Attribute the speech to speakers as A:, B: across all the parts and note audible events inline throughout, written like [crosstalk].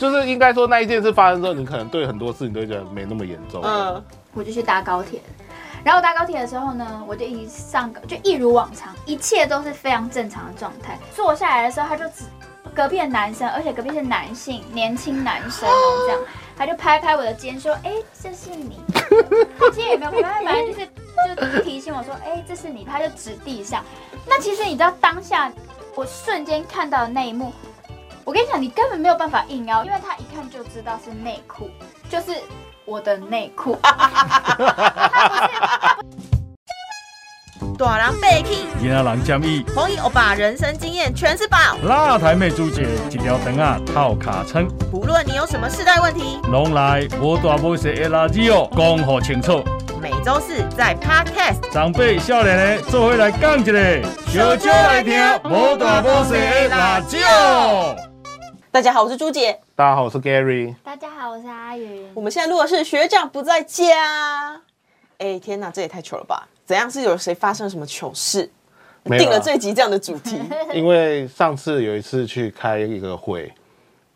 A: 就是应该说那一件事发生之后，你可能对很多事情都会觉得没那么严重。嗯，
B: 嗯，
C: 我就去搭高铁。然后搭高铁的时候呢，我就一上高就一如往常，一切都是非常正常的状态。坐下来的时候，他就只隔壁的男生，而且隔壁是男性，年轻男生哦，这样，他就拍拍我的肩说：“哎，这是你。”他其实也没有拍，他反正就是就提醒我说：“哎，这是你。”他就指地上。那其实你知道当下我瞬间看到的那一幕，我跟你讲，你根本没有办法硬要，因为他一看就知道是内裤，就是我的内裤。
B: 大人被气，
D: 今仔人建议，
B: 红衣欧巴人生经验全是宝。
D: 那台妹主姐一条肠啊套卡称，
B: 不论你有什么世代问题，
D: 拢来无大无小的垃圾哦，讲好清楚。
B: 每周四在 Podcast。
D: 长辈少年的做伙来讲一个，
B: 小酒来听无大无小的辣
D: 椒。
B: 大家好，我是朱姐。
A: 大家好，我是 Gary。
C: 大家好，我是阿云
B: 我。们现在录的是学长不在家。哎，天哪，这也太糗了吧！怎样是有谁发生什么糗事？
A: 没有
B: 定
A: 啊
B: 了这集这样的
A: [laughs]
B: 主题，
A: 因为上次有一次去开一个会，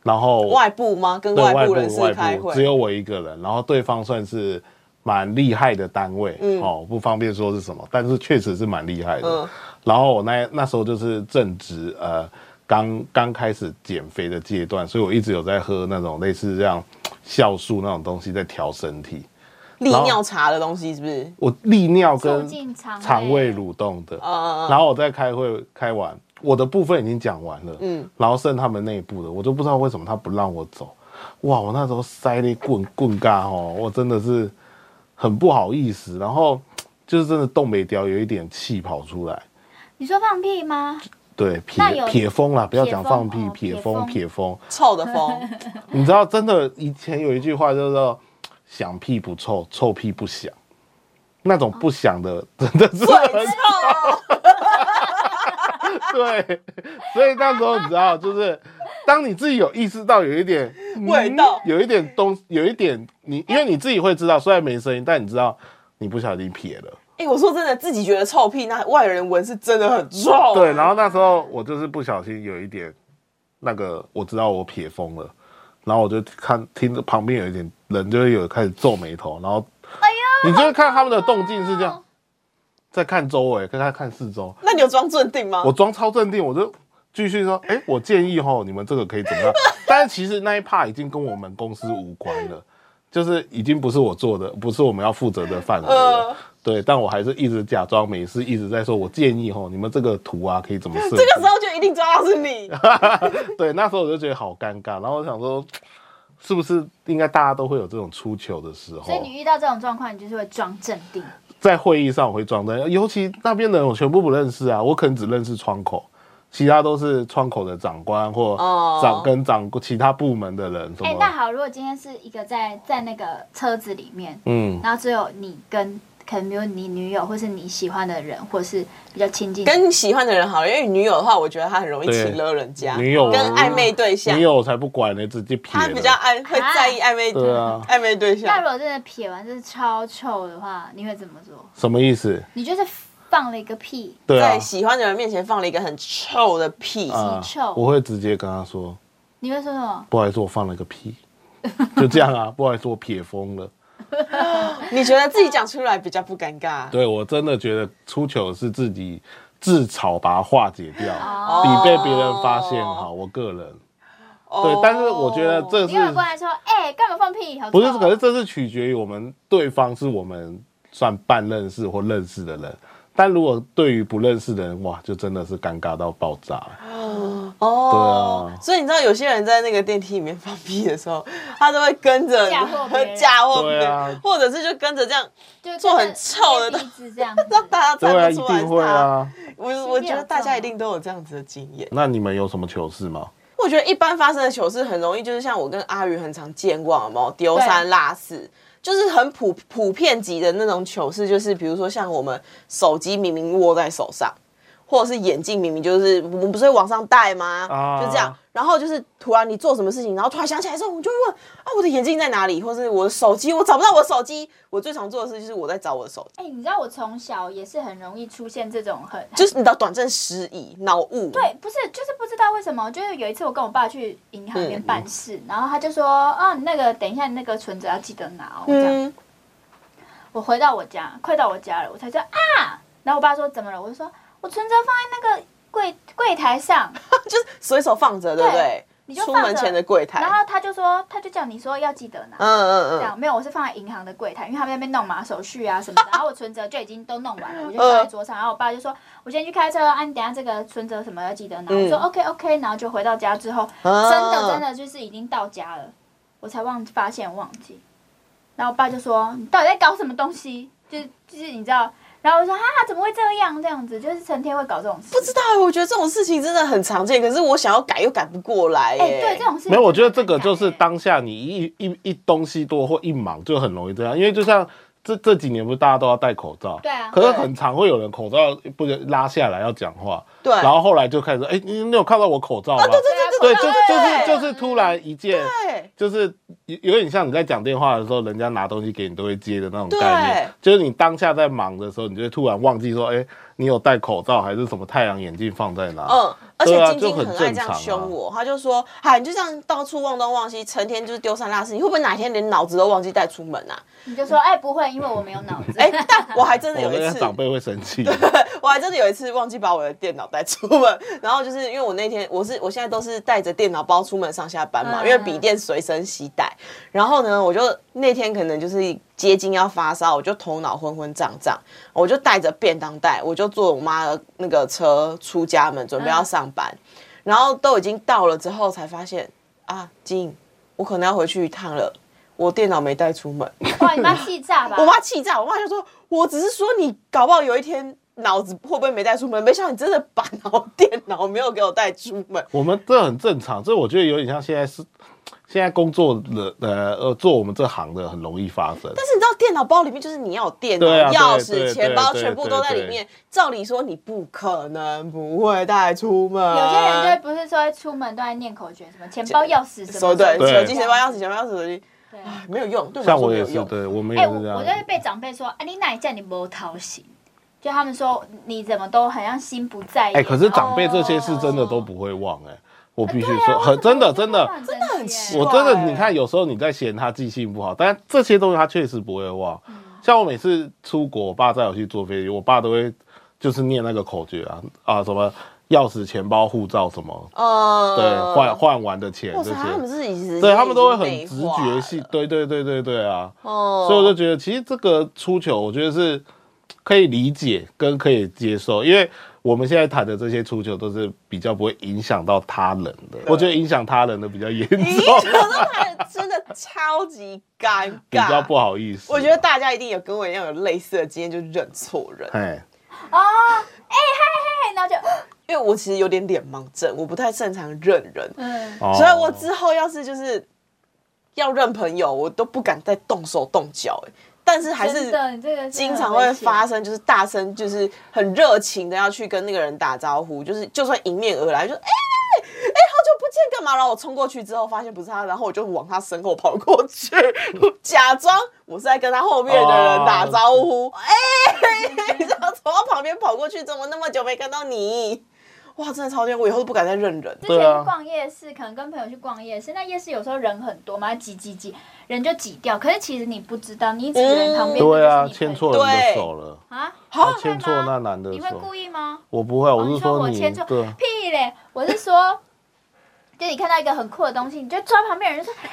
A: 然后
B: 外部吗？跟
A: 对
B: 外部
A: 部
B: 人士
A: 外
B: 开
A: 部只
B: 会，
A: 有我一个人，然后对方算是蛮厉害的单位，哦，不方便说是什么，但是确实是蛮厉害的。
B: 嗯
A: 然后我那那时候就是正值呃刚刚开始减肥的阶段，所以我一直有在喝那种类似这样酵素那种东西在调身体。
B: 利
A: 然后
B: 尿茶的东西是不是？
A: 我利尿
C: 促
A: 跟
C: 进肠胃哦
A: 肠胃蠕动的，
B: 嗯
A: 然后我在开会开完，我的部分已经讲完了，
B: 嗯
A: 嗯，然后剩他们内部的，我就不知道为什么他不让我走，哇，我那时候塞了一棍棍嘎哦，我真的是很不好意思，然后就是真的冻没掉，有一点气跑出来，
C: 你说放屁吗？
A: 对，
C: 那有
A: 撇撇风啦，不要讲放屁，
C: 撇
A: 撇
C: 风哦
A: 风撇风，
B: 臭的
A: [laughs]
B: 风，
A: 你知道真的以前有一句话叫做“响屁不臭，臭屁不响”，那种不响的真的是很
B: 哦臭。
A: [laughs] 对，所以那时候你知道，就是当你自己有意识到有一点
B: [laughs]
A: 嗯
B: 味道
A: 有一点东，有一点你，因为你自己会知道，虽然没声音，但你知道你不小心撇了。
B: 哎、我说真的，自己觉得臭屁，那外人闻是真的很臭。
A: 对，然后那时候我就是不小心有一点那个，我知道我撇风了，然后我就看听着旁边有一点人就会有开始皱眉头，然后
C: 哎呀，
A: 你就会看他们的动静是这样，在看周围，跟他看四周，
B: 那你有装镇定吗？
A: 我装超镇定，我就继续说，哎、我建议吼，你们这个可以怎么样？但是其实那一 part 已经跟我们公司无关了，就是已经不是我做的，不是我们要负责的范围了。
B: 呃，
A: 对，但我还是一直假装没事，一直在说，我建议吼，你们这个图啊可以怎么设计？
B: 这个时候就一定抓到是你。
A: [laughs] 对，那时候我就觉得好尴尬，然后我想说，是不是应该大家都会有这种出糗的时候？
C: 所以你遇到这种状况，你就是会装镇定。
A: 在会议上我会装的，尤其那边的人我全部不认识啊，我可能只认识窗口，其他都是窗口的长官或
B: 哦
A: 长跟长其他部门的人什
C: 哎、
A: 么，
C: 那好，如果今天是一个在在那个车子里面，
A: 嗯，
C: 然后只有你跟可能比如你女友，或是你喜欢的人，或是比较亲近的人，
B: 跟喜欢的人好了，因为女友的话，我觉得她很容易
A: 对嗯
B: 起勒人家，
A: 女友
B: 跟暧昧对象
A: 你，有才不管呢，直接撇
B: 她
A: 了。
B: 比较爱会在意暧昧
A: 对啊
B: 暧昧对
C: 那
B: 象
C: 如。果真的撇完，真是超臭的话，你会怎么做？
A: 什么意思？
C: 你就是放了一个屁，
A: 对啊
B: 在，喜欢的人面前放了一个很臭的屁，
A: 啊
C: 臭
A: 我会直接跟他说，
C: 你会说什么？
A: 不好意思，我放了个屁，就这样啊，不好意思，我撇风了。
B: 你觉得自己讲出来比较不尴尬？
A: 对我真的觉得出糗是自己自嘲把它化解掉，
C: 哦
A: 比被别人发现好。我个人。对，
B: 哦
A: 但是我觉得这
C: 你
A: 是
C: 有过来说，哎、干嘛放屁？好臭
A: 不是？可是这是取决于我们对方是我们算半认识或认识的人，但如果对于不认识的人，哇，就真的是尴尬到爆炸了。
B: 哦，
A: 对啊
B: 所以你知道有些人在那个电梯里面放屁的时候，他都会跟着
C: 嫁祸别人
B: [laughs] 嫁祸别人
A: 对啊
B: 或者是就跟着这样，
C: 就
B: 做很臭的
C: 鼻子这样
A: [laughs]
B: 让
C: 子。
B: 大家
A: 对啊，
B: 猜
A: 一
B: 不出来是
A: 定会
B: 他。
A: 啊。
B: 我
C: 心
B: 我
C: 机
B: 觉得
C: 好
B: 大家
C: 重
B: 一定都有这样子的经验。
A: 那你们有什么糗事吗？
B: 我觉得一般发生的糗事很容易，就是像我跟阿宇很常见过，有没有丢三落四，就是很普普遍级的那种糗事，就是比如说像我们手机明明握在手上，或者是眼镜明明就是我们不是会往上戴吗？
A: 啊
B: 就这样，然后就是突然你做什么事情，然后突然想起来之后，我就会问啊，我的眼镜在哪里？或是我的手机，我找不到我的手机。我最常做的事就是我在找我的手机，
C: 哎、你知道我从小也是很容易出现这种很
B: 就是你的短暂失忆、脑雾。
C: 对，不是，就是不知道为什么，就是有一次我跟我爸去银行里
B: 嗯
C: 面办事，然后他就说，啊，你那个等一下，你那个存折要记得拿哦。这样，
B: 嗯，
C: 我回到我家，快到我家了，我才说啊，然后我爸说怎么了？我就说我存折放在那个柜柜台上，
B: 就是随手放着，对不对
C: 对？你就
B: 出
C: 放
B: 门
C: 着
B: 前的柜 [laughs] 台，
C: 然后他就说，他就叫你说要记得拿。
B: 嗯嗯
C: 这
B: 嗯，
C: 样没有，我是放在银行的柜台，因为他们在那边弄嘛手续啊什么
B: [laughs]
C: 的，然后我存折就已经都弄完了，我就放在桌
B: 嗯
C: 上，然后我爸就说，我先去开车，啊，你等一下这个存折什么要记得拿，
B: 嗯
C: 我说 OK OK，然后就回到家之后，
B: 啊
C: 真的真的就是已经到家了，我才忘发现忘记，然后我爸就说你到底在搞什么东西？就就是你知道，然后我说哈怎么会这样这样子？就是成天会搞这种事，
B: 不知道欸，我觉得这种事情真的很常见，可是我想要改又改不过来耶。
C: 哎、对这种事情
A: 没有，我觉得这个就是
C: 真的很难改
A: 当下你一一一东西多或一忙就很容易这样，因为就像这这几年不是大家都要戴口罩，
C: 对啊
A: 可是很常会有人口罩不拉下来要讲话，
B: 对哦
A: 然后后来就开始，哎，你你有看到我口罩吗？
B: 对对
A: [laughs] 对
B: 对
A: 就
B: 对
A: 就是就是突然一件。
B: 对
A: 就是有有点像你在讲电话的时候，人家拿东西给你都会接的那种
B: 对
A: 概念。就是你当下在忙的时候，你就会突然忘记说，哎、你有戴口罩还是什么太阳眼镜放在哪？
B: 嗯，而
A: 对
B: 且
A: 啊
B: 晶晶
A: 就很
B: 很爱这样
A: 正常啊
B: 凶我，她就说：“哎，你就这样到处忘东忘西，成天就是丢三落四，你会不会哪天连脑子都忘记带出门啊
C: 你就说哎、不会，因为我没有脑子，？”
B: 哎、但我还真的
A: 我
B: 有一
A: 哦那
B: 次
A: 些，长辈会生气。
B: 我还真的有一次忘记把我的电脑带出门，然后就是因为我那天我是我现在都是带着电脑包出门上下班嘛，
C: 嗯
B: 因为笔电随身携带。然后呢，我就那天可能就是接近要发烧，我就头脑昏昏胀胀，我就带着便当袋，我就坐我妈的那个车出家门，准备要上班。然后都已经到了之后，才发现啊，金，我可能要回去一趟了，我电脑没带出门。
C: 哇，你妈气炸吧？
B: [laughs] 我妈气炸，我妈就说：“我只是说你搞不好有一天脑子会不会没带出门，没想到你真的把脑电脑没有给我带出门。
A: [laughs] 我们这很正常，这我觉得有点像现在是现在工作的呃呃做我们这行的很容易发生。
B: 但是你知道电脑包里面就是你要有电脑、
A: 对啊对
B: 钥
A: 对
B: 匙、钱包
A: 对对
B: 全部都在里面，照理说你不可能不会带出门。
C: 有些人就会不是说出门都在念口诀，什么钱包、钥匙什
B: 手
C: 么
B: 对
C: 什么
A: 对
B: 手机、钱包、钥匙、钱包、钥匙、手机
C: 对
B: 没有用，对我来
A: 像
B: 说
A: 我
B: 没
A: 也
B: 有
A: 是，
B: 用。
A: 对我们也
C: 哎，
A: 是
C: 我
A: 这样。
C: 我就会被长辈说，啊，你哪一叫你没讨喜？就他们说你怎么都好像心不在
A: 哎、
C: 焉。哦
A: 可是长辈这些事真
B: 哦
A: 的都不会忘哎、我必须
C: 啊
B: 啊
A: 说，很真的真
B: [laughs]
A: 的，
C: 真的
B: 很奇怪欸
A: 我真的你看有时候你在嫌他记性不好，但这些东西他确实不会忘。
B: 嗯
A: 像我每次出国，我爸载我去坐飞机，我爸都会就是念那个口诀啊啊什么钥匙、钱包、护照什么，
B: 嗯，
A: 对，换。换完的钱
B: 哇
A: 这
B: 塞，他们
A: 些，
B: 是已经
A: 对他们都会
B: 已
A: 很
B: 经
A: 直
B: 内化
A: 觉性，对对对对对啊。
B: 哦，
A: 所以我就觉得，其实这个出糗，我觉得是可以理解跟可以接受，因为我们现在谈的这些出糗都是比较不会影响到他人的，我觉得影响他人的比较严
B: 咦，
A: 重，
B: 可是还真的超级尴尬，
A: 比较不好意思。
B: 我觉得，大家一定有跟我一样有类似的经验，就是认错人。
A: 哎，
C: 哦，哎嗨嗨，然后就
B: 因为我其实有点脸盲症，我不太擅长认人，
C: 嗯，
A: 哦
B: 所以我之后要是就是要认朋友，我都不敢再动手动脚、哎，但是还
C: 真
B: 是
C: 的你这个
B: 经常会发生，就是大声，就是很热情的要去跟那个人打招呼，就是就算迎面而来，就哎哎、好久不见，干嘛？然后我冲过去之后，发现不是他，然后我就往他身后跑过去， [laughs] 假装我是在跟他后面的人打招呼，哎、 [laughs] 然后从他旁边跑过去，怎么那么久没看到你？哇，真的超贱，我以后都不敢再认人。
C: 之前
A: 对啊
C: 逛夜市，可能跟朋友去逛夜市，那夜市有时候人很多嘛，挤挤挤，人就挤掉。可是其实你不知道，你一直以为旁边的就是
A: 对啊，
C: 你朋
A: 牵
C: 友
A: 错人的手了，
C: 啊，
A: 他牵错那男的
C: 你会
A: 手
C: 故，意吗？
A: 我不会，
C: 哦
A: 我
C: 你
A: 是说
C: 我
A: 你
C: 牵住 [laughs]
A: 对。啊
C: 屁嘞！我是说，就你看到一个很酷的东西，你就抓旁边人就说：“哎、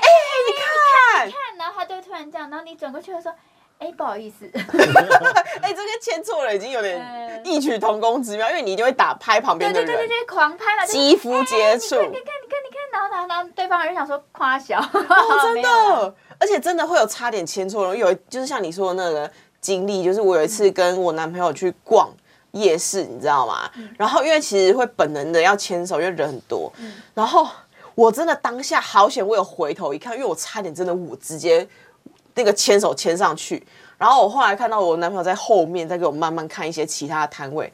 B: 看，
C: 看！”然后他就突然这样，然后你转过去就说：“哎、不好意思。 [laughs] 啊
B: 哎、这跟牵错了已经有点
C: 嗯
B: 异曲同工之妙，因为你一定会打拍旁”
C: 对
B: 边的
C: 对
B: 人，
C: 对对对，狂拍嘛！就是哎
B: 肌肤接触。
C: 你看你看你看你看，然后然后然后对方就想说夸小， [laughs]
B: 哦，真
C: 没有啊，
B: 的，而且真的会有差点牵错人。有一就是像你说的那个经历，就是我有一次跟我男朋友去逛夜市，你知道吗？
C: 嗯
B: 然后因为其实会本能的要牵手，因为人很多，然后我真的当下好险，我有回头一看，因为我差点真的我直接那个牵手牵上去。然后我后来看到我男朋友在后面在给我慢慢看一些其他的摊位，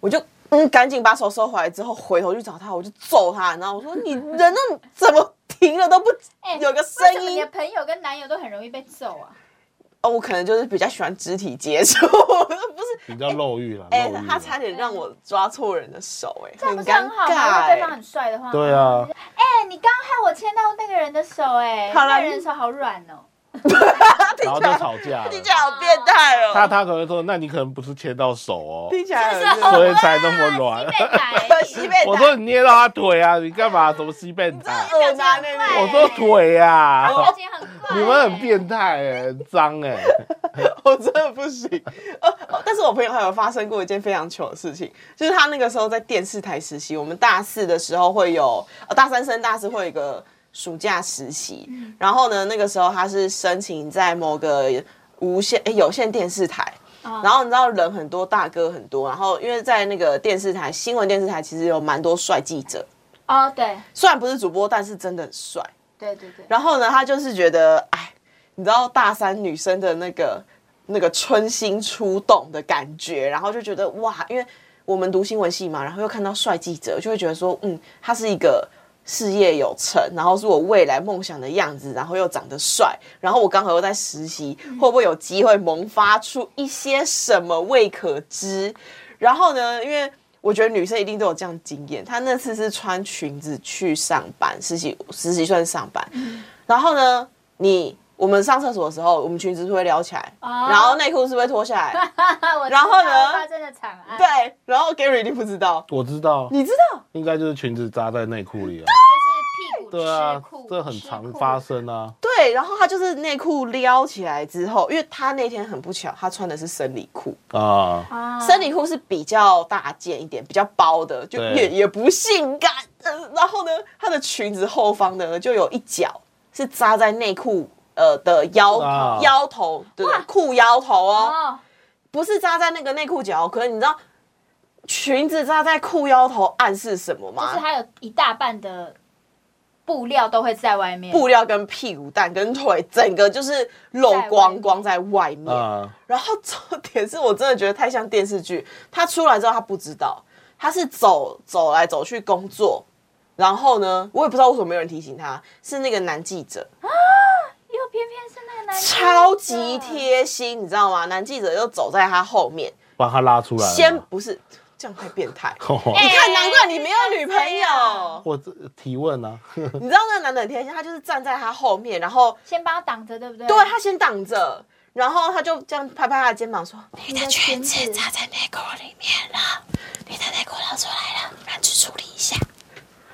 B: 我就嗯，赶紧把手收回来之后，回头去找他，我就揍他，然后我说你人都怎么停了都不
C: 哎、
B: 有个
C: 为什
B: 声
C: 么你
B: 音
C: 的，朋友跟男友都很容易被揍啊？
B: 哦，我可能就是比较喜欢肢体接触， [laughs] 不是。
A: 比较漏欲了。
B: 哎、
A: 漏欲啦
B: 他差点让我抓错人的手、哎，
C: 这样不是
B: 尴
C: 很好吗？如
B: 尬、
C: 果对方
B: 哎
C: 很帅的
A: [laughs]
C: 话，
A: 对啊，
C: 哎、你刚害我牵到那个人的手、哎，
B: 好啦
C: 那个人的手好软哦。
A: 然后就吵架了。
B: 听起来好变态哦、
A: 他他可能说，那你可能不是牵到手哦，
B: 听起来
C: 是不是
B: 很
A: 所以才那么软
C: 西。北仔
B: 可惜被
A: [laughs] 我
B: 打
C: [laughs]
A: 说你捏到他腿啊，你干嘛？什么西变态？
B: 恶男那
C: 哎
A: 我说腿呀、
C: 而且很怪、欸
A: 你们很变态哎、很脏哎、
B: 我 [laughs] 真的不行。呃，呃但是我朋友还有发生过一件非常糗的事情，就是他那个时候在电视台实习，我们大四的时候会有，呃，大三升大四会有一个暑假实习，然后呢，那个时候他是申请在某个无线、诶有线电视台。
C: 哦
B: 然后你知道人很多，大哥很多。然后因为在那个电视台，新闻电视台其实有蛮多帅记者，
C: 哦，对
B: 虽然不是主播，但是真的很帅。
C: 对对对，
B: 然后呢，他就是觉得，哎，你知道大三女生的那个那个春心初动的感觉，然后就觉得哇，因为我们读新闻系嘛，然后又看到帅记者，就会觉得说，嗯，他是一个事业有成，然后是我未来梦想的样子，然后又长得帅，然后我刚好又在实习，会不会有机会萌发出一些什么未可知？然后呢，因为我觉得女生一定都有这样经验。她那次是穿裙子去上班，实习实习算上班。然后呢，你我们上厕所的时候，我们裙子是不是会撩起来，
C: 哦
B: 然后内裤是不是会脱下来？
C: 我
B: 然后呢
C: 知道发生了惨案，
B: 对，然后 Gary 一定不知道，
A: 我知道，
B: 你知道？
A: 应该就是裙子扎在内裤里啊。
C: 就是屁股
A: 对啊
C: 吃裤，，
A: 这很
C: 吃
A: 常
C: 裤
A: 发生啊。
B: 对，然后他就是内裤撩起来之后，因为他那天很不巧，他穿的是生理裤，
A: 啊，
C: 啊
B: 生理裤是比较大件一点，比较包的，就
A: 对
B: 也也不性感。呃，然后呢，她的裙子后方呢就有一角是扎在内裤呃的腰、
A: 啊
B: 腰头，对裤腰头哦，
C: 哦，
B: 不是扎在那个内裤角。可是你知道裙子扎在裤腰头暗示什么
C: 哦就
B: 吗？
C: 是还有一大半的布料都会在外面，
B: 布料跟屁股蛋跟腿，整个就是露光光在外面。
A: 啊，
B: 然后重点是我真的觉得太像电视剧。他出来之后，他不知道，他是走走来走去工作，然后呢，我也不知道为什么没有人提醒他，是那个男记者
C: 又偏偏是那个男啊的啊
B: 超级，贴心，你知道吗？男记者又走在他后面，
A: 把他拉出来了吗。 [laughs] 哦
B: 先不是这样太变态。你
C: 哎
B: 看，难怪你没有女朋
C: 这样
B: 友。
A: 我这提问啊，
B: 你知道那个男的很贴心，他就是站在他后面，然后
C: 先帮他挡着，对不对？
B: 对他先挡着，然后他就这样拍拍他的肩膀说：“
C: 你的裙子
B: 扎在内裤里面了，你的内裤露出来了，赶去处理一下。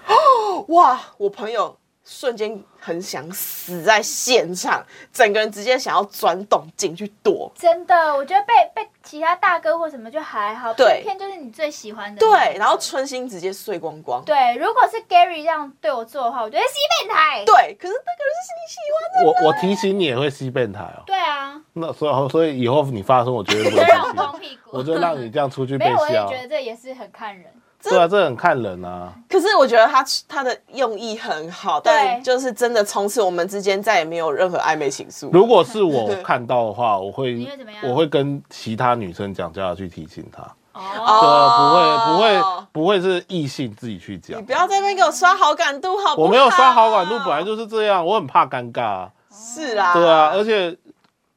B: 哦，哇！我朋友瞬间很想死在现场，整个人直接想要钻洞进去躲。
C: 真的，我觉得被被其他大哥或什么就还好，
B: 对
C: 偏偏就是你最喜欢的那个，
B: 对，然后春心直接碎光光。
C: 对，如果是 Gary 这样对我做的话，我觉得是一变态，
B: 对，可是那个人是你喜欢的。
A: 我我提醒你也会吸变态
C: [laughs]
A: 哦。
C: 对啊，
A: 那所以所以以后你发生，我绝对不
C: [laughs] 就
A: 会
C: 让我
A: 生
C: 光
A: 气，
C: 屁股，
A: 我就让你这样出去
C: 没
A: 被
C: 有，我也
A: 笑
C: 觉。得这也是很看人，
A: 对啊，这很看人
C: [laughs]
A: 啊。
B: 可是我觉得他他的用意很好，但就是真的从此我们之间再也没有任何暧昧情愫。
A: 如果是我看到的
C: [laughs]
A: 话，我会
C: 你会怎么样
A: 我会跟其他女生讲，叫她去提醒她。
C: 哦，
A: 呃，不会不会不会是异性自己去讲
B: 你。不要在那边给我刷好感度好不好？
A: 我没有
C: 啊
A: 刷好感度，本来就是这样，我很怕尴尬啊、
B: 是啦。
A: 对啊，而且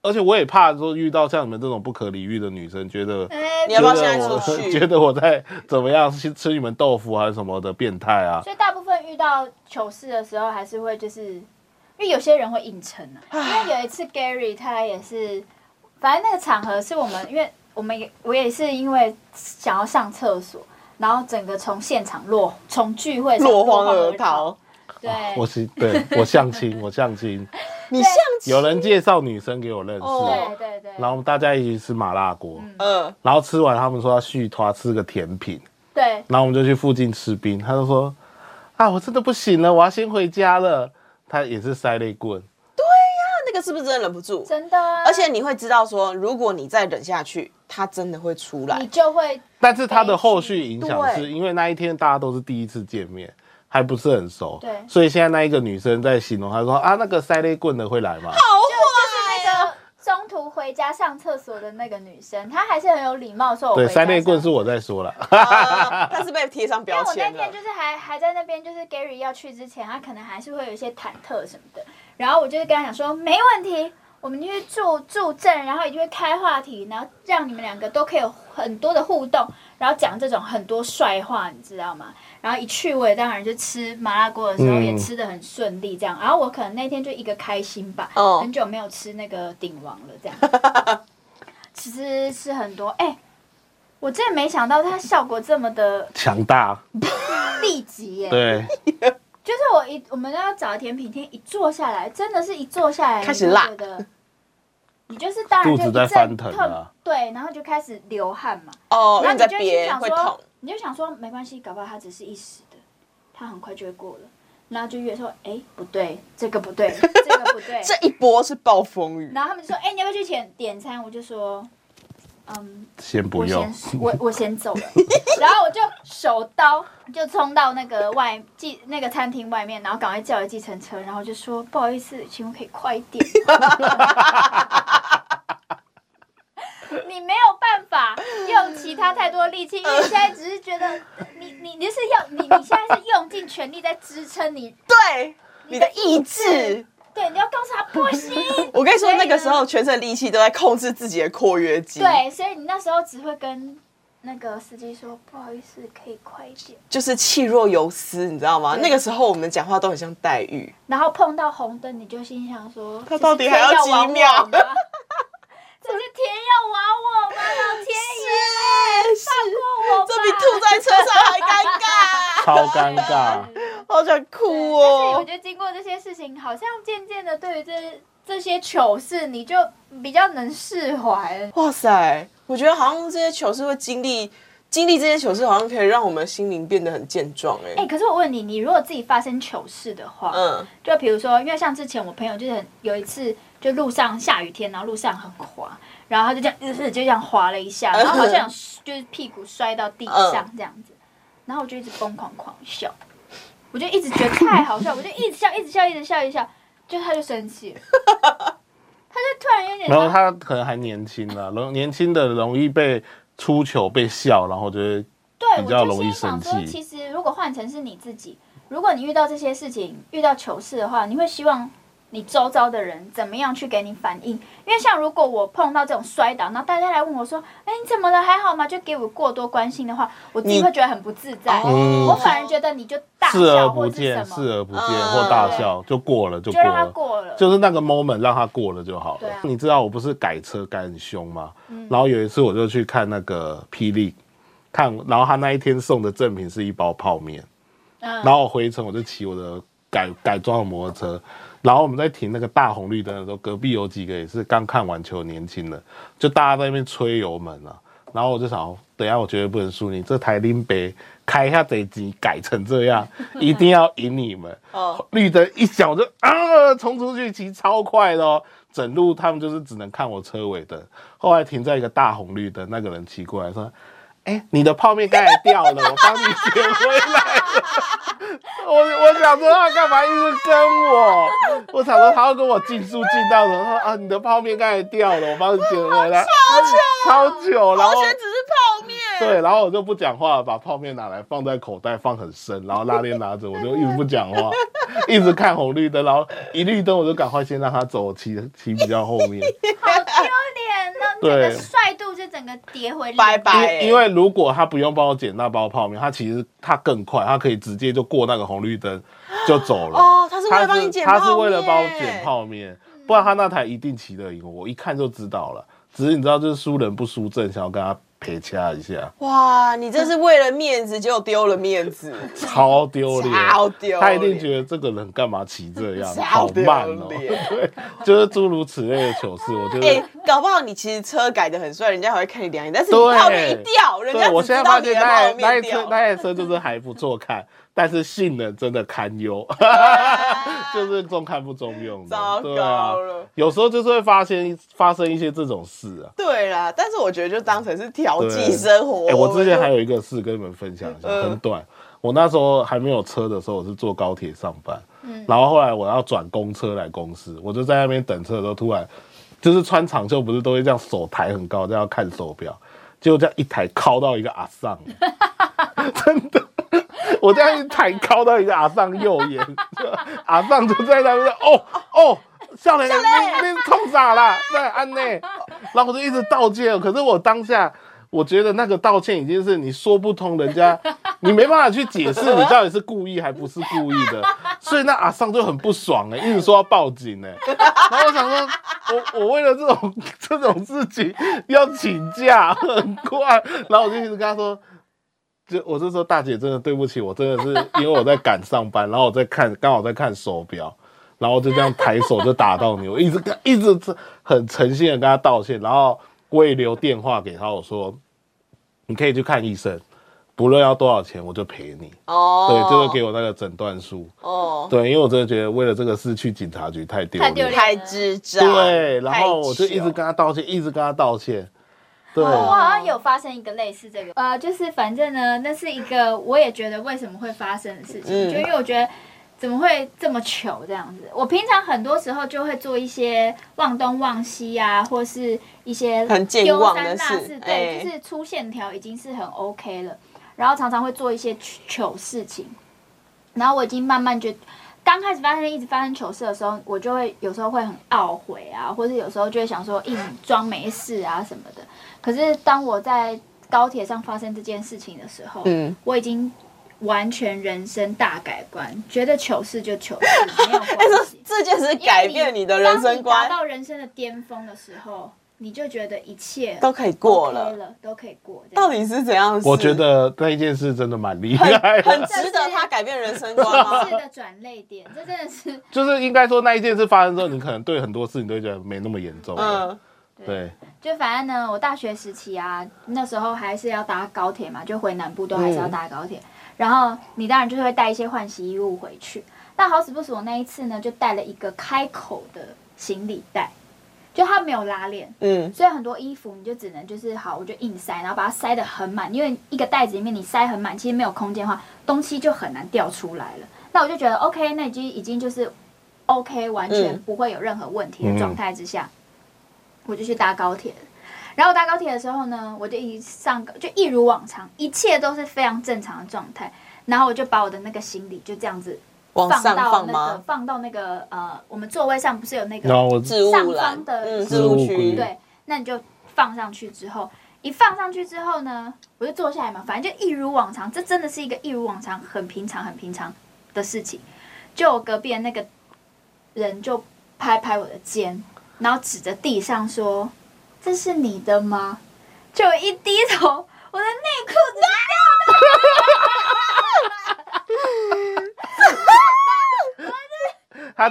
A: 而且我也怕说遇到像你们这种不可理喻的女生，觉得
C: 哎
B: 嗯你要不要
A: 觉
B: 现在
A: 得我
B: 出
A: [laughs]
B: 去
A: 觉得我在怎么样去吃你们豆腐还是什么的变态啊？
C: 所以大部分遇到糗事的时候，还是会就是，因为有些人会硬撑啊。因为有一次 Gary 他也是，反正那个场合是我们，因为我们也我也是因为想要上厕所，然后整个从现场落从聚会场
B: 落荒而逃。。哦
C: 对，
A: 我是对我相亲，我相
B: [laughs]
A: 亲，
B: 你像
A: 有人介绍女生给我认识，
B: 哦
C: 对对对，
A: 然后我们大家一起吃麻辣锅，
B: 呃，
A: 然后吃完他们说要续团吃个甜品，
C: 对，
A: 然后我们就去附近吃冰，他就说啊，我真的不行了，我要先回家了。他也是塞泪棍，
B: 那那个是不是真的忍不住？
C: 真的啊，
B: 而且你会知道说，如果你再忍下去，他真的会出
C: 你
B: 来。
C: 就会
A: 但是他的后续影响
C: 哎
B: 对
A: 是因为那一天大家都是第一次见面，还不是很熟，
C: 对
A: 所以现在那一个女生在形容，她说啊，那个塞泪棍的会来吗？
B: 好
C: 就是那个中途回回家上厕所的那个女生，她还是很有礼貌，说我
A: 对，
C: 回家
A: 塞内棍
C: 上
A: 是我在说了，
B: 啊他是被贴上
C: 因为
B: 标
C: 我那
B: 签了
C: 天就。是还还在那边，就是 Gary 要去之前，他可能还是会有一些忐忑什么的。然后我就是跟他讲说，没问题，我们就去助助阵，然后也就会开话题，然后让你们两个都可以有很多的互动，然后讲这种很多帅话，你知道吗？然后一去我也当然就吃麻辣锅的时候
A: 嗯
C: 也吃的很顺利，这样。然后我可能那天就一个开心吧，
B: 哦
C: 很久没有吃那个鼎王了，这样。
B: [laughs]
C: 其实吃很多，哎、我真的没想到它效果这么的
A: 强大，
C: 立即耶。
A: 对，
C: 就是我一我们要找甜品店，一坐下来，真的是一坐下来
B: 开始辣
C: 你就
B: [laughs]
C: 觉得你就是当然就
A: 肚
C: 一
A: 子在
C: 阵
A: 翻腾
C: 痛
A: 啊
C: 对，然后就开始流汗嘛，
B: 哦，因为
C: 然后
B: 你在
C: 你就心
B: 憋
C: 想
B: 会
C: 说
B: 痛，，
C: 你就想说没关系，搞不好它只是一时的，它很快就会过了。然后就越说，哎，不对，这个不
B: [laughs]
C: 对，这个不对。
B: 这一波是暴风雨。
C: 然后他们就说，哎，你要不要去点点餐？我就说，嗯，
A: 先不
C: 我
A: 用
C: 先，我我先走了， [laughs] 然后我就手刀就冲到那个外计那个餐厅外面，然后赶快叫了计程车，然后就说不好意思，请问可以快一点吗。 [laughs] 你没有办法用其他太多力气，因为现在只是觉得你你你就是要你你现在是用尽全力在支撑你，
B: 对，你的意志。
C: 对，啊你要告诉他不行。
A: [laughs]
B: 我跟你说
C: 所，以呢
B: 那个时候全身的力气都在控制自己的括约肌，，
C: 对，所以你那时候只会跟那个司机说不好意思，可以快一点。
B: 就是气若游丝，你知道吗？
C: 对
B: 那个时候我们讲话都很像黛玉，
C: 然后碰到红灯，你就心想说：
B: 他到底还要几秒
C: 这是天要玩我吗？ [laughs] 这是天要玩我吗？老天爷，放过我吧！
B: 这比吐在车上还尴尬， [laughs]
A: 超尴尬，
B: 好想
C: 对
B: 哭
C: 但是我
B: 哦
C: 觉。得经过这些事情，好像渐渐的对于这这些糗事，你就比较能释怀了。
B: 哇塞，我觉得好像这些糗事会经历，经历这些糗事，好像可以让我们心灵变得很健壮、
C: 哎、
B: 哎、
C: 可是我问你，你如果自己发生糗事的话，
B: 嗯，
C: 就比如说，因为像之前我朋友就是很有一次，就路上下雨天，然后路上很滑，然后他就这样，呃、就这样滑了一下，然后好像有就是屁股摔到地上这样子，然后我就一直疯狂狂笑，我就一直觉得太好笑，我就一直笑，一直笑，一直笑，一直笑，就他就生气了，他就突然有点
A: 然后他可能还年轻了，容年轻的容易被出糗、被笑，然后就会
C: 对，
A: 比
C: 我
A: 较
C: 就
A: 容易
C: 心想
A: 生
C: 说，
A: 气
C: 其实如果换成是你自己，如果你遇到这些事情、遇到糗事的话，你会希望你周遭的人怎么样去给你反应？因为像如果我碰到这种摔倒，然后大家来问我说：“哎，你怎么了？还好吗？”就给我过多关心的话，我自己
B: 你
C: 会觉得很不自在。
A: 嗯
C: 我反而觉得你就大
A: 视而
C: 笑
A: 不
C: 或是
A: 见、
C: 什
A: 视
C: 么，
A: 而不见
B: 嗯
A: 或大笑，就过了，就
C: 就
A: 过
C: 让它
A: 了。
C: 过了。
A: 就是那个 moment 让他过了就好了
C: 对啊。嗯
A: 你知道我不是改车改很凶吗？然后有一次我就去看那个霹雳，看，然后他那一天送的赠品是一包泡面，
C: 嗯
A: 然后我回程我就骑我的改改装的摩托车，然后我们在停那个大红绿灯的时候，隔壁有几个也是刚看完球的年轻人，就大家在那边吹油门啊，然后我就想，等一下我绝对不能输你，这台林北开一下这集改成这样，一定要赢你们。
B: 哦，
A: 绿灯一响我就啊冲出去，骑超快的哦。整路他们就是只能看我车尾灯，后来停在一个大红绿灯，那个人骑过来说：“哎、你的泡面刚才掉了，我帮你捡回来了。我”我想说他干嘛一直跟我？我想说他要跟我竞速竞到什么？他说啊，你的泡面刚才掉了，我帮你捡回来。超久，超久，然
B: 完
A: 后
B: 全只是泡面。
A: [laughs] 对，然后我就不讲话，把泡面拿来放在口袋，放很深，然后拉链拿着，我就一直不讲话，一直看红绿灯，然后一绿灯我就赶快先让他走，我骑骑比较后
B: [laughs]
A: 面，
C: 好丢脸哦！你整个
A: 对
C: 帅度就整个跌回零
B: 拜拜
A: 因因为如果他不用帮我捡那包泡面，他其实他更快，他可以直接就过那个红绿灯就走了。
B: 哦他是为了帮你捡
A: 他是
B: 泡
A: 为了帮我
B: 面
A: 捡泡面，不然他那台一定骑得赢我，我一看就知道了。只是你知道，就是输人不输阵，想要跟他陪掐一下，
B: 哇，你这是为了面子就丢了面子，
A: 超丢脸，
B: 超丢脸
A: 他一定觉得这个人干嘛骑这
B: [laughs]
A: 样，好
B: 超丢
A: 慢哦。
B: 脸。
A: 对，就是诸如此类的糗事，我觉
B: 哎、
A: 得。
B: 搞不好你其实车改的很帅，人家还会看你两眼，但是你
A: 对
B: 泡面一掉，人家
A: 对，我
B: 只
A: 现在
B: 知道
A: 发
B: 你
A: 现
B: 的
A: 那
B: 泡
A: 台那
B: 面
A: 一车
B: 掉。
A: 那台车就是还不错看，但是性能真的堪忧，
B: [laughs]
A: 就是中看不中用的。
B: 糟
A: 对啊
B: 糕了，
A: 有时候就是会发现发生一些这种事啊。
B: 对啦，但是我觉得就当成是调剂
A: 对
B: 生活。
A: 哎、我之前还
B: 有
A: 有一个事跟你们分享一下，
B: 嗯
A: 很短。我那时候还没有车的时候，我是坐高铁上班，然后后来我要转公车来公司，我就在那边等车的时候，突然就是穿长袖不是都会这样手抬很高，这样看手表，结果这样一抬高到一个阿桑，真的。我这样一抬高到一个阿桑右眼，就阿桑就在那边说哦哦，笑脸你你冲啥啦？对，安内，然后我就一直道歉，可是我当下我觉得那个道歉已经是你说不通人家，你没办法去解释你到底是故意还不是故意的，所以那阿桑就很不爽哎、一直说要报警哎、然后我想说，我我为了这种这种事情要请假，很怪。然后我就一直跟他说，就我就说大姐，真的对不起，我真的是因为我在赶上班，然后我在看，刚好在看手表，然后就这样抬手就打到你，我一直跟一直很诚心的跟他道歉，然后我也留电话给他，我说你可以去看医生，不论要多少钱，我就陪你。
B: 哦，
A: 对，就是给我那个诊断书。
B: 哦，
A: 对，因为我真的觉得为了这个事去警察局太丢
C: 太丢
A: 脸
C: 脸。
B: 太智障，
A: 对，然后我就
B: 太
A: 一直跟
B: 糗
A: 他道歉，一直跟他道歉。对，
B: 啊
C: 哦我好像有发生一个类似这个，呃，就是反正呢，那是一个我也觉得为什么会发生的事情，
B: 嗯
C: 就因为我觉得怎么会这么糗这样子。我平常很多时候就会做一些忘东忘西啊，或是一些
B: 很健
C: 丢
B: 忘
C: 三
B: 的
C: 落
B: 事
C: 四，
B: 哎
C: 对，就是粗线条已经是很 OK 了，然后常常会做一些糗事情，然后我已经慢慢觉刚开始发生一直发生糗事的时候，我就会有时候会很懊悔啊，或者有时候就会想说硬装没事啊什么的。可是当我在高铁上发生这件事情的时候，
B: 嗯。
C: 我已经完全人生大改观，觉得糗事就糗事，没有关系
B: [laughs] 哎这件事改变你的人生
C: 当你
B: 观
C: 达，到人生的巅峰的时候，你就觉得一切
B: 都可以过
C: OK
B: 了
C: 了，都可以过。
B: 到底是怎样的事？
A: 我觉得那一件事真的蛮厉 [laughs] 害
B: 很
A: 的，
B: 值得他改变人生观
C: 是
B: 吗？
C: 的转泪点，这真的是
A: 就是应该说那一件事发生之后，你可能对很多事情都会觉得没那么严重。嗯，
B: 嗯，
A: 对，
C: 就反正呢，我大学时期啊，那时候还是要搭高铁嘛，就回南部都还是要搭高铁。然后你当然就会带一些换洗衣物回去。但好死不死，我那一次呢，就带了一个开口的行李袋，就它没有拉链，
B: 嗯，
C: 所以很多衣服你就只能就是好，我就硬塞，然后把它塞得很满，因为一个袋子里面你塞很满，其实没有空间的话，东西就很难掉出来了。那我就觉得 OK，那已经已经就是 OK，完全
B: 嗯
C: 不会有任何问题的状态之下，我就去搭高铁了。然后搭高铁的时候呢，我就一上就一如往常，一切都是非常正常的状态。然后我就把我的那个行李就这样子
B: 往
C: 放
B: 上
C: 到
B: 放
C: 那个
B: 吗？
C: 放到那个呃，我们座位上不是有那个
A: 然后我
B: 置物
C: 上
B: 栏
C: 方，的
B: 嗯，
C: 置
B: 置
A: 物
B: 物
A: 柜
B: 区，
C: 对，那你就放上去之后，一放上去之后呢，我就坐下来嘛，反正就一如往常，这真的是一个一如往常、很平常、很平常的事情。就我隔壁的那个人就拍拍我的肩，然后指着地上说：“这是你的吗？”就我一低头，我的内裤就掉了。 [laughs]
A: 他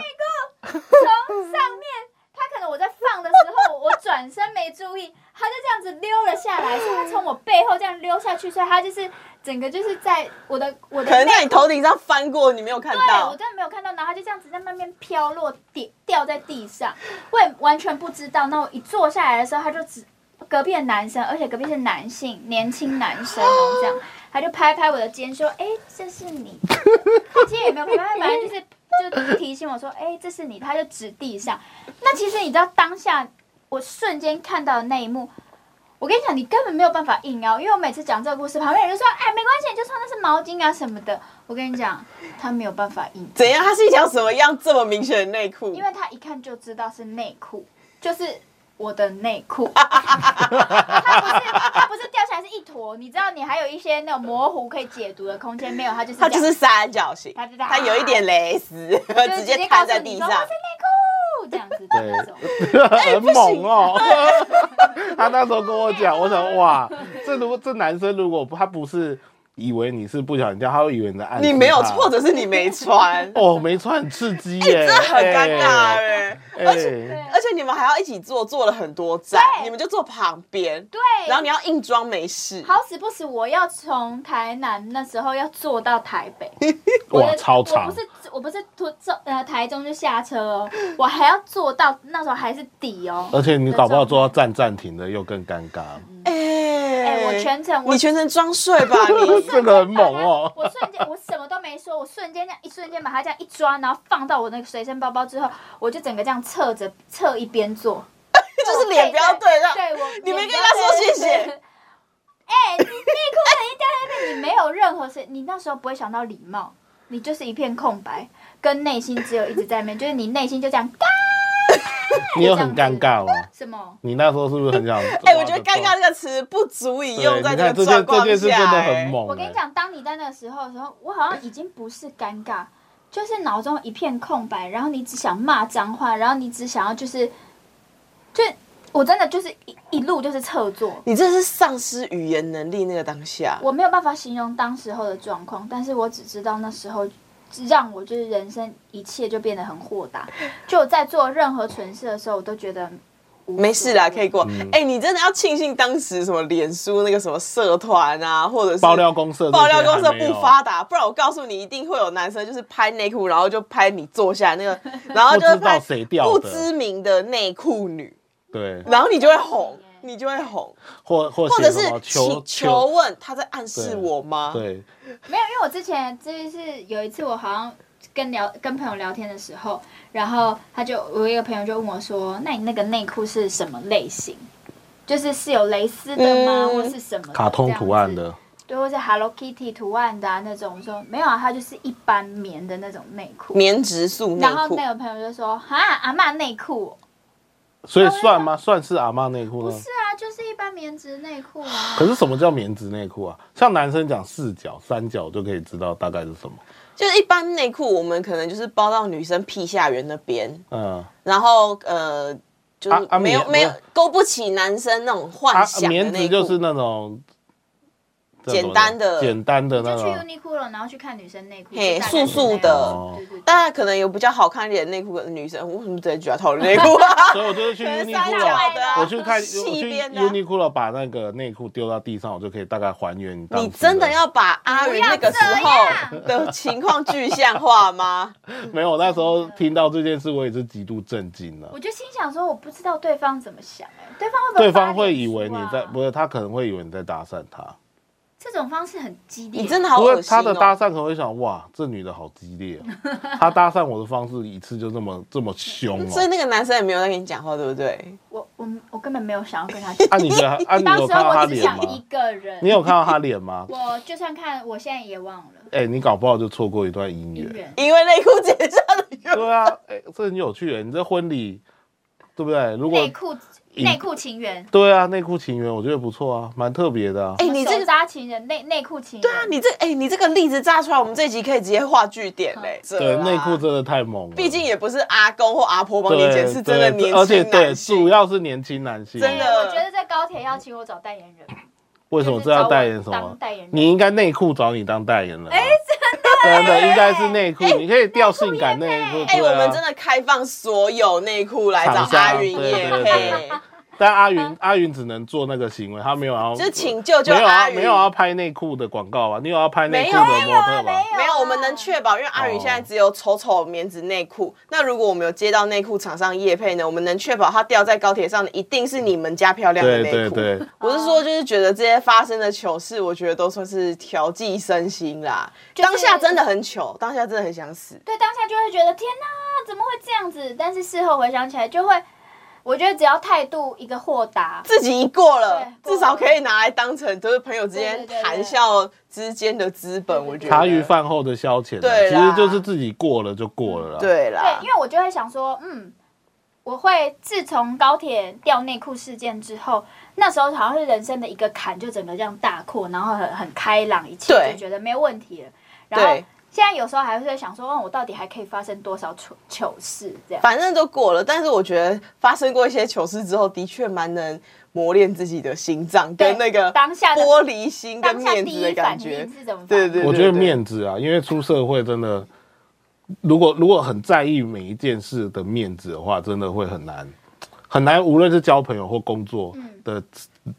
C: 从上面，他可能我在放的时候，我转身没注意，他就这样子溜了下来，是他从我背后这样溜下去，所以他就是整个就是在我的我的
B: 可能
C: 内
B: 在你头顶上翻过，你没有看
C: 对我
B: 到。
C: 真的没有看到，然后他就这样子在那边飘落跌掉在地上，我也完全不知道。那我一坐下来的时候，他就只隔壁的男生，而且隔壁是男性，年轻男生哦，这样，他就拍拍我的肩说：“哎、这是你。”他其实也没有拍拍，反正就是就提醒我说：“哎、这是你。”他就指地上。那其实你知道当下我瞬间看到的那一幕。我跟你讲，你根本没有办法硬凹，因为我每次讲这个故事，旁边人就说：“哎，没关系，你就穿的是毛巾啊什么的。”我跟你讲，他没有办法硬
B: 怎样？他是一条什么样这么明显的内裤
C: 因？为他一看就知道是内裤，就是我的内
B: [laughs]
C: 裤。他不是他不是掉下来是一坨，你知道你还有一些那种模糊可以解读的空间，没有，他就是
B: 他就是
C: 这样
B: 三角形，
C: 他就这样
B: 他有一点蕾丝，
C: [laughs] 就是
B: 直接
C: 告
B: 摊
C: 诉
B: 在
C: 你
B: 地
C: 说
B: 上
C: 哇。是内裤这样子的
A: [laughs]
C: 那种。
B: 哎
A: 很猛哦。 [laughs] 他那时候跟我讲，我想哇，这如果这男生如果不他不是以为你是不小心掉，他会以为你在暗示
B: 你没有
A: 他，
B: 错，或。者是你没穿
A: [laughs] 哦，没穿很刺激耶，
B: 这很尴尬
A: 哎
B: 哎。
A: 哎
B: 而且
C: 对
B: [laughs] 而且你们还要一起坐，坐了很多站，
C: 对
B: 你们就坐旁边，
C: 对，
B: 然后你要硬装没事。
C: 好死不死，我要从台南那时候要坐到台北，我
A: 哇，
C: 的
A: 超长
C: 我不，是我不是坐坐呃台中就下车哦，我还要坐到那时候还是底
A: [laughs]
C: 哦。
A: 而且你搞不好做到站暂停的又更尴
C: [laughs]
A: 尬，
B: 哎、
C: 哎我全程我
B: 你全程装睡
C: [laughs]
B: 吧你。
A: [laughs] 这个很猛哦。
C: 我瞬间，我什么都没说，我瞬间这样一瞬间把它这样一抓，然后放到我那个随身包包之后，我就整个这样侧着侧一边坐，
B: 是脸不要对上。
C: 对我，
B: 你没
C: 脸
B: 跟
C: 不
B: 他
C: 要
B: 说
C: 对
B: 谢谢。
C: 哎，你内裤可以掉在那边，你没有任何事，你那时候不会想到礼貌，你就是一片空白，跟内心只有一直在面，就是你内心就这样嘎
A: 你有很尴尬吗？
C: 什么？
A: 你那时候是不是很想？
B: [laughs] 哎、我觉得“尴尬”这个词不足以
A: 对
B: 用在
A: 你看这
B: 个
A: 件
B: 状
A: 这
B: 况
A: 件事
B: 下、
A: 真的
B: 哎
A: 很猛。
C: 我跟你，讲，当你在那个时候的时候，我好像已经不是尴尬，就是脑中一片空白，然后你只想骂脏话，然后你只想要就是，就我真的就是一一路就是侧坐，
B: 你这是丧失语言能力那个当下。
C: 我没有办法形容当时候的状况，但是我只知道那时候让我就是人生一切就变得很豁达，就我在做任何蠢事的时候，我都觉得无
B: 没事啦，可以
C: 过。
B: 过。哎、
A: 嗯
B: 你真的要庆幸当时什么脸书那个什么社团啊，或者是
A: 爆料公社这些
B: 爆
A: 还没有，
B: 料公社不发达，不然我告诉你，一定会有男生就是拍内裤，然后就拍你坐下那
C: [laughs]
B: 个，然后就是
A: 不知道
B: 拍
A: 谁掉的
B: 不知名的内裤女，
A: 对，
B: 然后你就会红，
C: 哎
B: 你就会红，
A: 或或
B: 或
A: 写
B: 者
A: 什
B: 是
A: 么
B: 请
A: 求
B: 求问他在暗示
A: 对
B: 我吗？
A: 对，
C: 没有，因为我之前就是有一次，我好像跟聊跟朋友聊天的时候，然后他就我有一个朋友就问我说：“那你那个内裤是什么类型？就是是有蕾丝的吗，
B: 嗯
C: 或是什么的
A: 卡通图案？”
C: 这样子
A: 的，
C: 对，或是 Hello Kitty 图案的、啊、那种。我说没有啊，它就是一般棉的那种内裤。
B: 棉质素内
C: 然后
B: 裤
C: 那，个朋友就说：“哈，阿嬷内裤哦
A: 嗯所以算吗？算是阿嬷内裤
C: 不
A: 呢
C: 是？啊，就是一般棉质内裤啊。
A: 可是什么叫棉质内裤啊？像男生讲四角、三角就可以知道大概是什么。
B: 就是一般内裤，我们可能就是包到女生屁下缘那边，
A: 嗯，
B: 然后呃，就
A: 啊啊
B: 是没有
A: 棉
B: 没有
A: 不是
B: 勾不起男生那种幻
A: 啊，
B: 想的
A: 棉
B: 内
A: 质
B: 裤
A: 就是。那种
B: 简单的
A: 简单的
C: 就
A: 那
C: 去
A: 种
C: Uniqlo，然后去看女生内裤，
B: 嘿
C: 就大概
B: 素
C: 是
B: 素
C: 那样
B: 的
A: 哦
C: 对对对
B: 当然，可能有比较好看一点的内裤的女生，我为什么直接举他讨论内裤 [laughs] 啊？
A: 所以我就是去
B: 可能
A: Uniqlo，
B: 三 [laughs] 角的啊
A: 我去看，
B: 细
A: 我去
B: 边的啊
A: Uniqlo 把那个内裤丢到地上，我就可以大概还原当时
B: 你真的要把阿云那个时候
C: 不
B: 的情况具象化吗？
A: [laughs] 没有？我那时候听到这件事，我也是极度震惊了
C: 我。就心想说，我不知道对方怎么想、哎，对方会不会、
A: 对方会以为你
B: 啊
A: 在，不
C: 是
A: 是他可能会以为你在搭讪他，
C: 啊这种方式很激烈，啊
B: 你真
C: 的
B: 的好
A: 不
B: 恶
A: 过
B: 心
A: 他的搭
B: 哦！
A: 讪可能会想，哇，这女的好激烈、
B: [laughs]
A: 哦，他搭讪我的方式一次就这么这么凶
B: 所以
A: 哦。，
B: 那个男生也没有在跟你讲话，对不对？
C: 我我我根本没有想
B: [laughs]
C: 要跟他讲
A: 啊，你觉得啊，你
C: 当
A: 有
C: 时
A: 看到他
C: 我只
A: 脸
C: 想
A: 吗？
C: 一个人，
A: [laughs] 你有看到他脸吗？
C: 我就算看，我现在也忘了
A: 哎、你搞不好就错过一段姻
C: 姻
A: 缘。
C: 缘。
B: 因为内裤结下的缘分
A: 对啊，哎、这很有趣耶，你这婚礼，对不对？如果
C: 内裤内裤情缘，
A: 对啊，内裤情缘我觉得不错啊，蛮特别的啊。
B: 哎，你这
C: 手
B: 个
C: 扎情人内内裤情人，
B: 对啊，你这哎，你这个例子炸出来，我们这集可以直接画句点嘞。
A: 对，内裤
B: 这，啊
A: 真的太猛了。
B: 毕竟也不是阿公或阿婆帮你
A: 对
B: 剪，是真的
A: 对
B: 年
A: 而且
B: 轻
A: 对，
B: 男
A: 主
B: 性。
A: 要是年轻男性。啊
B: 真
C: 哎
B: 的
C: 我觉得在高铁要请我找代言人，
A: 为什么这要代言什
C: 就是找我
A: 么
C: 当？代言人
A: 你应该内裤找你当代言人。哎，真的，真的应该是内裤，你可以调性感内裤。
B: 哎，
A: 对啊
B: 我们真的开放所有内裤来找
A: 厂商
B: 阿云
A: 对
B: 叶
A: 对
B: 配
A: 对，但阿云阿云只能做那个行为，他没有要
B: 就请救救
A: 没有
B: 阿
A: 啊，
B: 云。
A: 没有要拍内裤的广告啊，你有要拍内裤
B: 没有啊
A: 的模特吗？
C: 没
B: 没
C: 有
B: 有，
C: 啊
B: 我们能确保，因为阿宇
A: 哦
B: 现在只有丑丑棉质内裤。那如果我们有接到内裤厂商业配呢，我们能确保它掉在高铁上的一定是你们家漂亮
A: 对
B: 的内
A: 对
B: 裤。
A: 对，
B: 我是
C: 嗯
B: 说，就是觉得这些发生的糗事，我觉得都算是调剂身心啦。
C: 是
B: 当下真的很糗，当下真的很想死。
C: 对，当下就会觉得天哪，怎么会这样子？但是事后回想起来，就会，我觉得只要态度一个豁达，
B: 自己一过了，
C: 对
B: 至少可以拿来当成就是朋友之
C: 对
B: 间
C: 对对对
B: 谈笑之间的资本。我觉得
A: 茶余饭后的消遣啊，
B: 对
A: 其
B: 啦
A: 实就是自己过了就过了啦。，
B: 对啦
C: 对，因，为我就会想说，嗯，我会自从高铁掉内裤事件之后，那时候好像是人生的一个坎，就整个这样大阔，然后很很开朗，一切
B: 对
C: 就觉得没有问题了。然后
B: 对，
C: 现在有时候还会想说，哦，我到底还可以发生多少糗糗事？这样
B: 反正都过了，但是我觉得发生过一些糗事之后，的确蛮能磨练自己的心脏
C: 对
B: 跟那个
C: 当下的
B: 玻璃心跟
C: 当下
B: 面
C: 第
B: 子的
C: 一
B: 感
C: 反
B: 觉
C: 应。是怎么？
B: 对对对
A: 我觉得面子啊，因为出社会真的，如果如果很在意每一件事的面子的话，真的会很难很难，无论是交朋友或工作的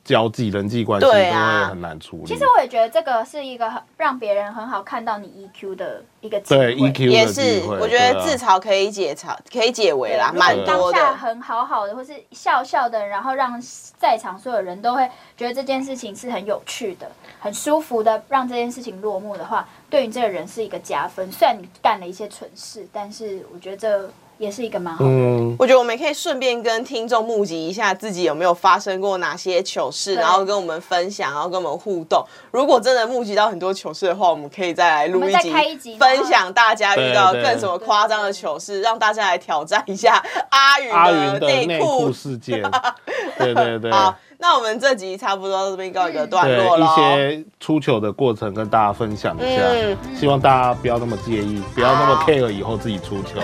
A: 交际、人际关系都
B: 对
A: 会
B: 啊
A: 很难处理。
C: 其实我也觉得这个是一个很让别人很好看到你 EQ 的一个机会
A: 对，E EQ
B: 也
A: 的机
B: 是，
A: 会
B: 我觉得
A: 对啊
B: 自嘲可以解嘲，可以解围啦，
C: 对
B: 蛮
C: 如果
B: 多
C: 当下
B: 的。
C: 很好好的，或是笑笑的，然后让在场所有人都会觉得这件事情是很有趣的、很舒服的，让这件事情落幕的话，对你这个人是一个加分。虽然你干了一些蠢事，但是我觉得这也是一个蛮好的。
A: 嗯，
B: 我觉得我们可以顺便跟听众募集一下自己有没有发生过哪些糗事，
C: 对
B: 然后跟我们分享，然后跟我们互动。如果真的募集到很多糗事的话，我们可以再来
C: 我
B: 录
C: 们再
B: 集，
C: 开一集
B: 分享大家遇到
A: 对对
B: 更什么夸张的糗事，让大家来挑战一下阿
A: 阿
B: 云
A: 云的内
B: 内
A: 裤
B: 裤。
A: 事件， [laughs] 对对对，
B: 好，那我们这集差不多到这边告一个段
A: 对
B: 落
A: 一
B: 喽。
A: 些出糗的过程跟大家分享一下，
B: 嗯
A: 希望大家不要那么介意，不要那么
B: 好
A: care 以后自己出糗。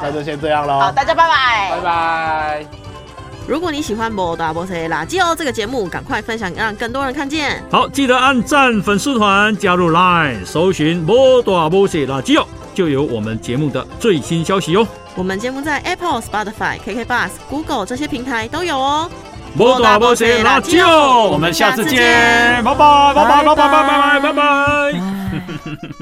A: 那就先这样喽，
B: 好，大家拜拜。
A: 拜拜。
B: 如果你喜欢《摩达波塞垃圾哦》这个节目，赶快分享，让更多人看见。
D: 好，记得按赞粉丝团，加入 Line，搜寻“摩大摩西垃圾哦”，就有我们节目的最新消息哦哟。
B: 我们节目在 Apple、Spotify、KK Bus、Google 这些平台都有哦。
D: 摩大摩西垃圾哦，我们下次见，拜拜拜拜拜拜拜拜拜拜。
B: 拜。